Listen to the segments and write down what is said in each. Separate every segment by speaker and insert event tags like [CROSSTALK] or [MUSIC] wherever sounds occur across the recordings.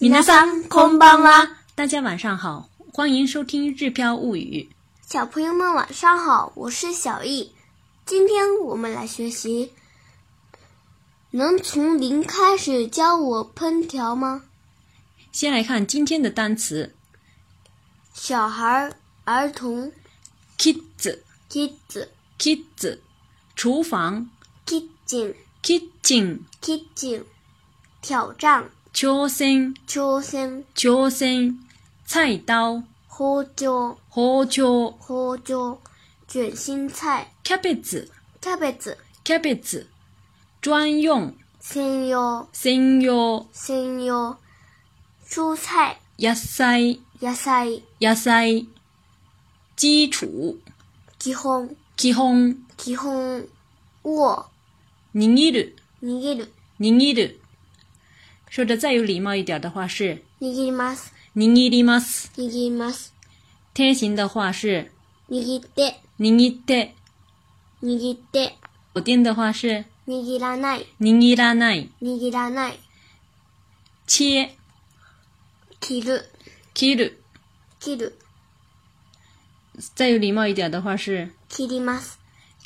Speaker 1: 皆さんこんばんは。
Speaker 2: 大家晚上好，欢迎收听《日飘物语》。
Speaker 1: 小朋友们晚上好，我是小易。今天我们来学习，能从零开始教我烹调吗？
Speaker 2: 先来看今天的单词
Speaker 1: 小孩儿、儿童、
Speaker 2: ：kids、
Speaker 1: kids、
Speaker 2: kids，厨房
Speaker 1: kitchen、
Speaker 2: （kitchen）、
Speaker 1: kitchen，挑战、
Speaker 2: 挑戦、
Speaker 1: 挑戦、
Speaker 2: 挑戦，菜刀、
Speaker 1: 包丁、
Speaker 2: 包丁、
Speaker 1: 包丁、卷心菜、
Speaker 2: キャベツ、
Speaker 1: キャベツ、
Speaker 2: キャベツ，专用、
Speaker 1: 専用、
Speaker 2: 専用、
Speaker 1: 専用、蔬菜、
Speaker 2: 野菜、
Speaker 1: 野菜、
Speaker 2: 野菜、基础、
Speaker 1: 基本、
Speaker 2: 基本、
Speaker 1: 基本、握、
Speaker 2: 握る、
Speaker 1: 握る、
Speaker 2: 握る。说的再有礼貌一点的话是
Speaker 1: 握ります、
Speaker 2: 握ります。
Speaker 1: 握ります、
Speaker 2: 天形的话是
Speaker 1: 握って、
Speaker 2: 握って、
Speaker 1: 握って、
Speaker 2: おでん的话是
Speaker 1: 握らない、
Speaker 2: 握らない。
Speaker 1: 握らない、
Speaker 2: 切、
Speaker 1: 切る、
Speaker 2: 切る。
Speaker 1: 切る、
Speaker 2: 再有礼貌一点的话是
Speaker 1: 切ります、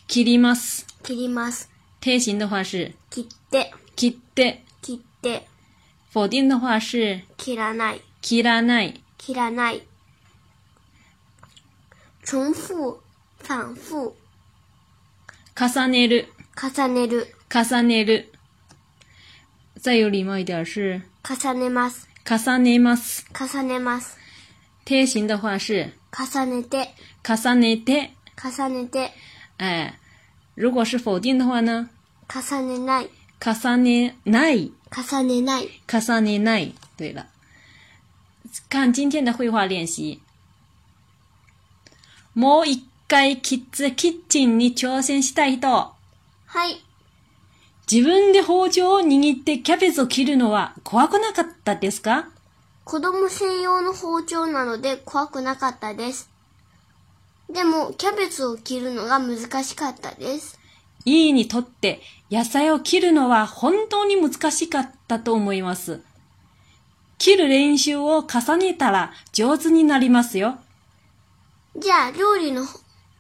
Speaker 2: 切ります。
Speaker 1: 切ります、
Speaker 2: 天形的话是
Speaker 1: 切って、
Speaker 2: 切って、
Speaker 1: 切って、
Speaker 2: 否定的话是
Speaker 1: 切らない、
Speaker 2: 切らない。
Speaker 1: 切らない。重複、反復、
Speaker 2: 重ねる、
Speaker 1: 重ねる、
Speaker 2: 重ねる。再有礼貌一点是
Speaker 1: 重ねます、
Speaker 2: 重ねます。
Speaker 1: 重ねます、
Speaker 2: 天形的话是
Speaker 1: 重ねて、
Speaker 2: 重ねて。
Speaker 1: 重ねて、
Speaker 2: 哎，如果是否定的话呢？
Speaker 1: 重ねない、
Speaker 2: 重ねない。
Speaker 1: 重ねない。
Speaker 2: 重ねない。对了，看今天的绘画练习。もう一回キッズキッチンに挑戦したい人。
Speaker 1: はい、
Speaker 2: 自分で包丁を握ってキャベツを切るのは怖くなかったですか
Speaker 1: 子供専用の包丁なので怖くなかったです。でも、キャベツを切るのが難しかったです。
Speaker 2: いいにとって野菜を切るのは本当に難しかったと思います。切る練習を重ねたら上手になりますよ。
Speaker 1: じゃあ、料理の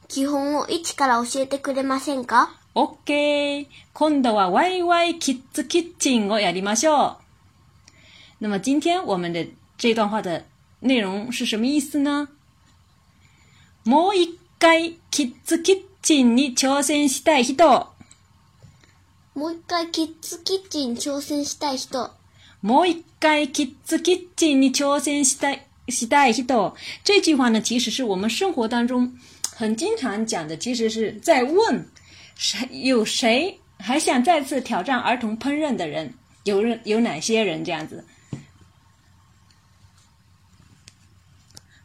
Speaker 1: 基本を一から教えてくれませんか
Speaker 2: OK，今度は YY Kids Kitchen をやりましょう。那么今天我们的这段话的内容是什么意思呢？もう一回 Kids Kitchen に挑戦したい人、
Speaker 1: もう一回キッズキッチンに挑戦したい人。
Speaker 2: もう一回 Kids Kitchen に挑戦したいしたい人。这句话呢，其实是我们生活当中很经常讲的，其实是在问谁有谁还想再次挑战儿童烹饪的人，有人有哪些人这样子？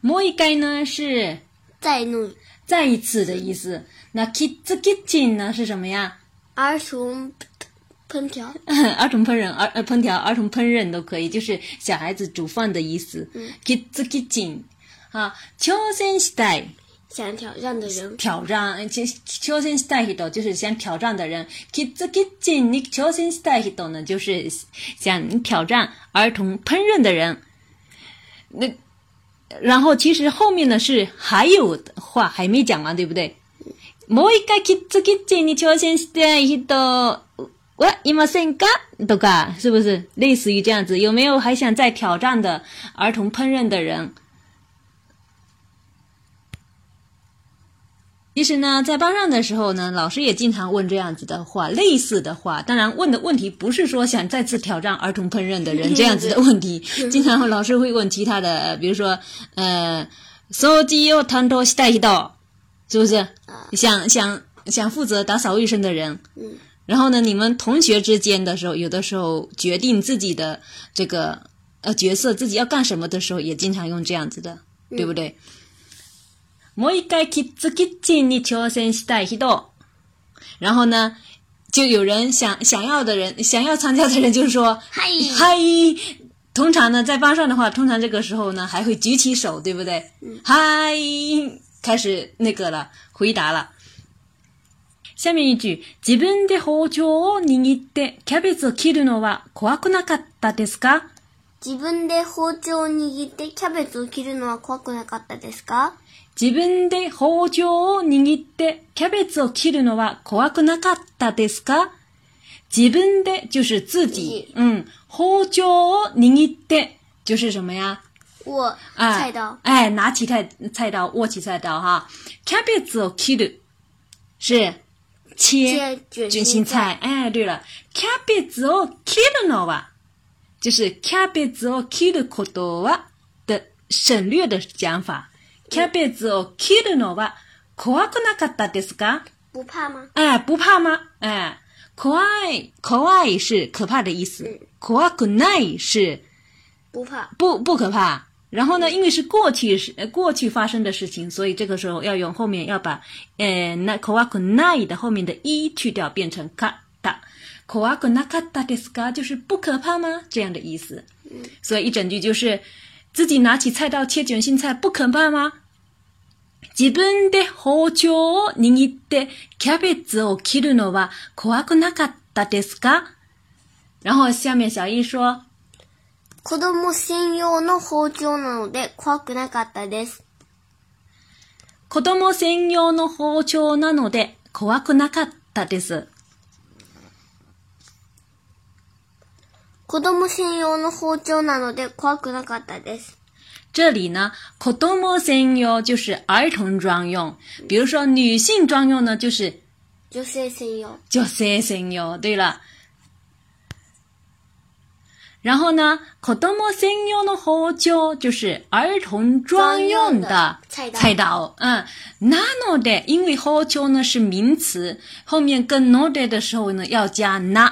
Speaker 2: もう一回呢是
Speaker 1: 在の
Speaker 2: 再一次的意思，那 kids kitchen 呢是什么呀？
Speaker 1: 儿童烹调。
Speaker 2: [LAUGHS] 儿童烹饪、儿呃烹调、儿童烹饪都可以，就是小孩子煮饭的意思。kids kitchen 啊，挑戦したい
Speaker 1: 想挑战的人。
Speaker 2: 挑战，呃其挑戦したい人就是想挑战的人。kids kitchen に挑戦したい人呢，就是想挑战儿童烹饪的人。那然后其实后面呢是还有话还没讲完，对不对？もう一回キッズキッチンに挑戦したい人はいませんかとか、是不是类似于这样子？有没有还想再挑战的儿童烹饪的人？其实呢，在班上的时候呢，老师也经常问这样子的话，类似的话。当然，问的问题不是说想再次挑战儿童烹饪的人这样子的问题，经常老师会问其他的，呃比如说，呃，掃除を担当したい人。是不是？想想想负责打扫卫生的人，
Speaker 1: 嗯，
Speaker 2: 然后呢，你们同学之间的时候，有的时候决定自己的这个呃角色，自己要干什么的时候，也经常用这样子的，对不对？もう一回キッズキッチンに挑戦したい人，然后呢，就有人想想要的人，想要参加的人就说
Speaker 1: 嗨
Speaker 2: 嗨。通常呢，在班上的话，通常这个时候呢，还会举起手，对不对？嗨，开始那个了，回答了。下面一句，自分で包丁を握ってキャベツを切るのは怖くなかったですか？
Speaker 1: 自分で包丁を握ってキャベツを切るのは怖くなかったですか
Speaker 2: 自分で包丁を握ってキャベツを切るのは怖くなかったですか自分で就是自己
Speaker 1: 自己，
Speaker 2: 嗯，包丁を握って就是什么呀？
Speaker 1: 我
Speaker 2: 哎，
Speaker 1: 菜刀，
Speaker 2: 哎，拿起菜菜刀，握起菜刀哈。キャベツを切る是切
Speaker 1: 切
Speaker 2: 卷
Speaker 1: 卷心
Speaker 2: 心菜。哎，对了，キャベツを切るのは就是キャベツを切ることは的省略的讲法。キャベツを切るのは怖くなかったですか？
Speaker 1: 不怕吗？
Speaker 2: 哎，不怕吗？哎，怖い怖い是可怕的意思
Speaker 1: 嗯，
Speaker 2: 怖くない是。
Speaker 1: 不怕。
Speaker 2: 不不可怕。然后呢，因为是过去是呃过去发生的事情，所以这个时候要用后面要把呃那怖くない的后面的一去掉，变成かった。怖くなかったですか？就是不可怕吗？这样的意思。所以一整句就是自己拿起菜刀切卷心菜，不可怕吗？自分で包丁を握ってキャベツを切るのは怖くなかったですか？然后下面小易说。
Speaker 1: 子供専用の包丁なので怖くなかったです。
Speaker 2: 子供専用の包丁なので怖くなかったです。
Speaker 1: 子供専用の包丁なので怖くなかったです。
Speaker 2: 这里呢，子供専用就是儿童专用，比如说女性专用呢就是
Speaker 1: 女性専用。
Speaker 2: 女性専用。对了，然后呢，子供専用の包丁就是儿童专用的
Speaker 1: 专用的菜刀
Speaker 2: 菜刀。嗯，なので，因为包丁呢是名词，后面跟ので的时候呢要加な。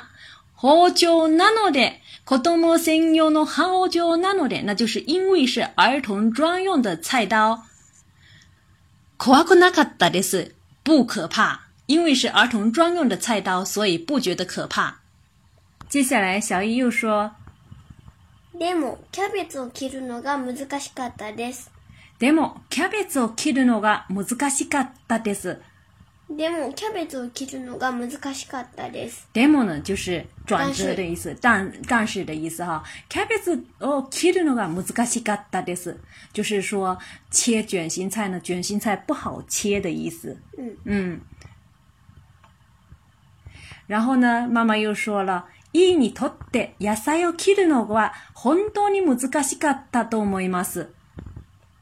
Speaker 2: 包丁なので，子供専用の包丁なので，那就是因为是儿童专用的菜刀。怖くなかったです。不可怕，因为是儿童专用的菜刀，所以不觉得可怕。接下来，小易又说。
Speaker 1: でも、キャベツを切るのが難しかったです。
Speaker 2: でも、キャベツを切るのが難しかったです。
Speaker 1: でも、キャベツを切るのが難しかったです。
Speaker 2: でも呢，就是转折
Speaker 1: 但是
Speaker 2: 的意思，但但是的意思哈。キャベツを切るのが難しかったです，就是说切卷心菜呢，卷心菜不好切的意思。
Speaker 1: 嗯
Speaker 2: 嗯。然后呢，妈妈又说了。いいにとって野菜を切るのは本当に難しかったと思います。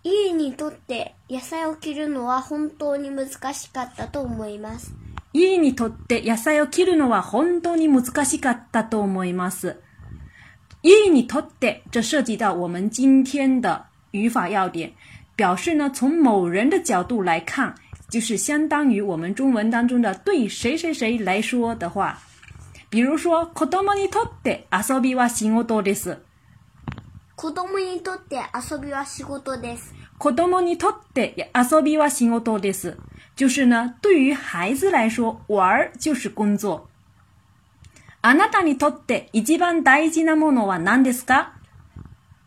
Speaker 1: 家にとって野菜を切るのは本当に難しかったと思います。
Speaker 2: 家にとって野菜を切るのは本当に難しかったと思います。家にとって这涉及到我们今天的语法要点，表示呢从某人的角度来看，就是相当于我们中文当中的对谁谁谁来说的话。比如说，子供にとって遊びは仕事です。
Speaker 1: 子供にとって遊びは仕事です。
Speaker 2: 子供にとって遊びは仕事です。就是呢，对于孩子来说，玩儿就是工作。あなたにとって一番大事なものは何ですか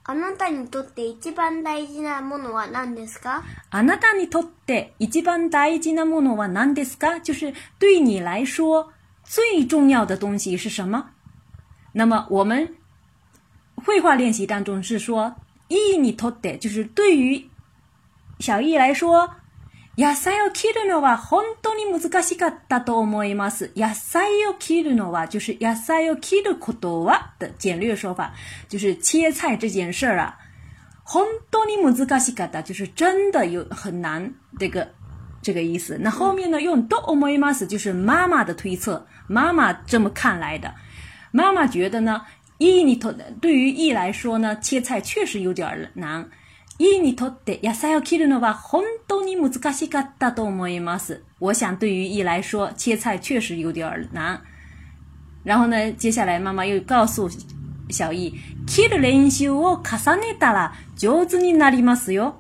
Speaker 1: あなたにとって一番大事なものは何ですか
Speaker 2: あなたにとって一番大事なものは何ですか就是对你来说最重要的东西是什么？那么我们绘画练习当中是说“いいにとって”，就是对于小易来说，野菜を切るのは本当に難しかったと思います。野菜を切るのは就是野菜を切ることは的简略说法，就是切菜这件事儿啊。本当に難しかった，就是真的有很难这个这个意思。那后面呢，用都思います，就是妈妈的推测，妈妈这么看来的。妈妈觉得呢，いにと对于い来说呢，切菜确实有点儿难。いにとって野菜を切るのは本当に難しかったと思います。我想对于い来说，切菜确实有点儿难。然后呢，接下来妈妈又告诉小易，切る練習を重ねたら上手になりますよ。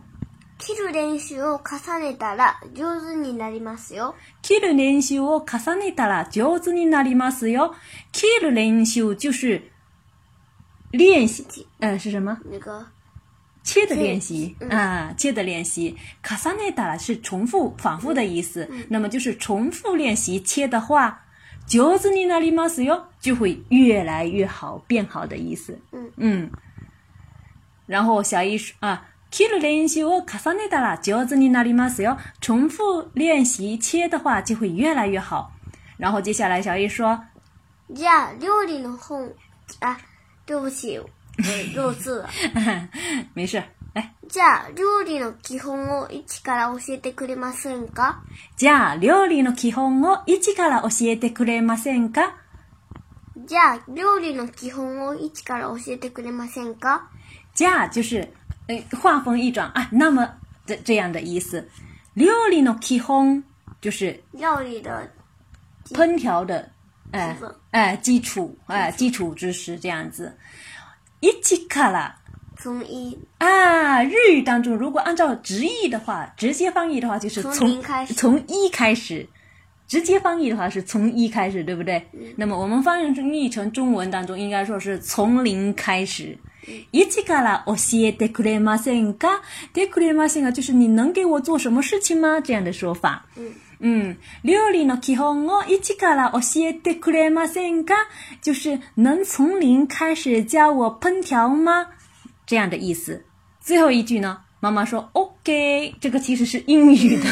Speaker 1: 切る練習を重ねたら上手になりますよ。
Speaker 2: 切る練習を重ねたら上手になりますよ。切る練習就是练习，呃，是什么？
Speaker 1: 那个
Speaker 2: 切的练习
Speaker 1: 嗯
Speaker 2: 啊，切的练习。重ねたら是重复、反复的意思。
Speaker 1: 嗯
Speaker 2: 那么就是重复练习切的话，上手になりますよ，就会越来越好、变好的意思。
Speaker 1: 嗯
Speaker 2: 嗯，然后小易说啊，切る練習を重ねたら上手になりますよ。重复练习切的话，就会越来越好。然后接下来小易说，
Speaker 1: じゃあ料理の本あ对不起， [LAUGHS] 我漏字了。
Speaker 2: 嗯没事，哎来，
Speaker 1: じゃあ料理の基本を一から教えてくれませんか？
Speaker 2: じゃあ料理の基本を一から教えてくれませんか？
Speaker 1: じゃあ料理の基本を一から教えてくれませんか？
Speaker 2: じゃあ就是呃话锋一转啊，那么这这样的意思。料理の基本就是
Speaker 1: 料理的
Speaker 2: 烹调的，哎、
Speaker 1: 基本
Speaker 2: 哎、基础哎、基础知识这样子。一起看了
Speaker 1: 从一
Speaker 2: 啊，日语当中如果按照直译的话，直接翻译的话就是
Speaker 1: 从
Speaker 2: 从
Speaker 1: 零开始
Speaker 2: 从一开始。直接翻译的话是从一开始，对不对？
Speaker 1: 嗯
Speaker 2: 那么我们翻译成中文当中应该说是从零开始。
Speaker 1: 嗯
Speaker 2: 一起から教えてくれませんか？てくれませんか就是你能给我做什么事情吗？这样的说法。
Speaker 1: 嗯
Speaker 2: 嗯，料理の基本を一から教えてくれませんか？就是能从零开始教我烹调吗？这样的意思。最后一句呢，妈妈说 “OK”，这个其实是英语的，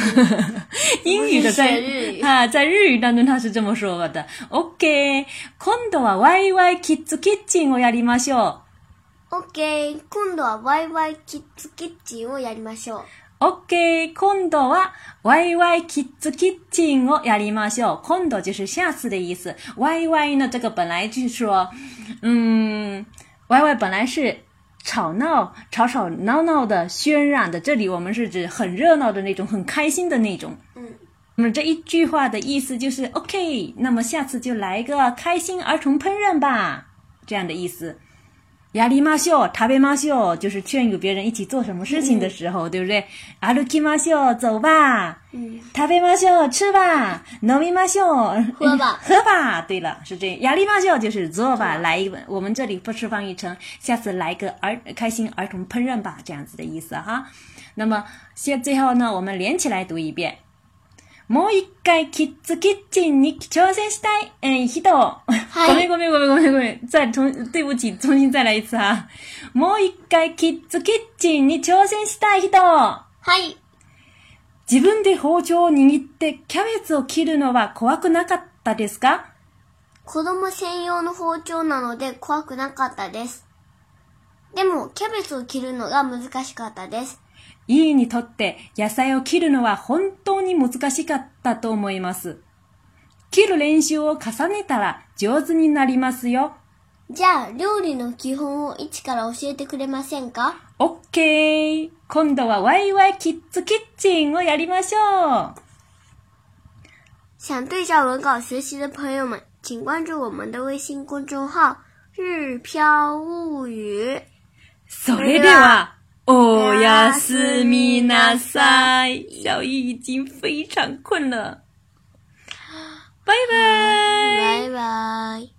Speaker 2: [LAUGHS] 英语的在
Speaker 1: 不是日语
Speaker 2: 啊，在日语当中它是这么说的：“OK，今度はワイワイキッズキッチンをやりましょ
Speaker 1: OK 今度はワイワイキッズキッチンをやりましょう。
Speaker 2: う。OK，今度はワイワイキッズキッチンをやりましょう。今度就是下次的意思。ワイワイ呢，这个本来就是说，嗯，歪歪本来是吵闹、吵吵闹闹的、喧嚷的，这里我们是指很热闹的那种、很开心的那种。
Speaker 1: 嗯，
Speaker 2: 那么这一句话的意思就是 OK，那么下次就来个开心儿童烹饪吧，这样的意思。やりましょう、食べましょう，就是劝诱别人一起做什么事情的时候，对不对？啊歩きましょう，走吧。
Speaker 1: 嗯，
Speaker 2: 食べましょう，吃吧；飲みましょう，
Speaker 1: 喝吧
Speaker 2: [LAUGHS]
Speaker 1: 嗯
Speaker 2: 喝吧。对了，是这样。やりましょう就是做吧，来一本。我们这里不是翻译成下次来个儿开心儿童烹饪吧，这样子的意思哈。那么现最后呢，我们连起来读一
Speaker 1: 嗯
Speaker 2: 遍。もう一回キッズキッチンに挑戦したい、えー人。[LAUGHS]
Speaker 1: い
Speaker 2: ごめんごめんごめんごめんごめん。再重、对不起，重新再来一次啊。もう一回キッズキッチンに挑戦したい人。
Speaker 1: はい
Speaker 2: 自分で包丁を握ってキャベツを切るのは怖くなかったですか
Speaker 1: 子供専用の包丁なので怖くなかったです。でもキャベツを切るのが難しかったです。
Speaker 2: 家にとって野菜を切るのは本当に難しかったと思います。切る練習を重ねたら上手になりますよ。
Speaker 1: じゃあ料理の基本を一から教えてくれませんか？
Speaker 2: OK! 今度はワイワイキッズキッチンをやりましょう
Speaker 1: 想对照文稿学习的朋友们，请关注我们的微信公众号“日飘物语
Speaker 2: それでは、おやすみなさい。小易已经非常困了。拜”。拜
Speaker 1: 拜拜。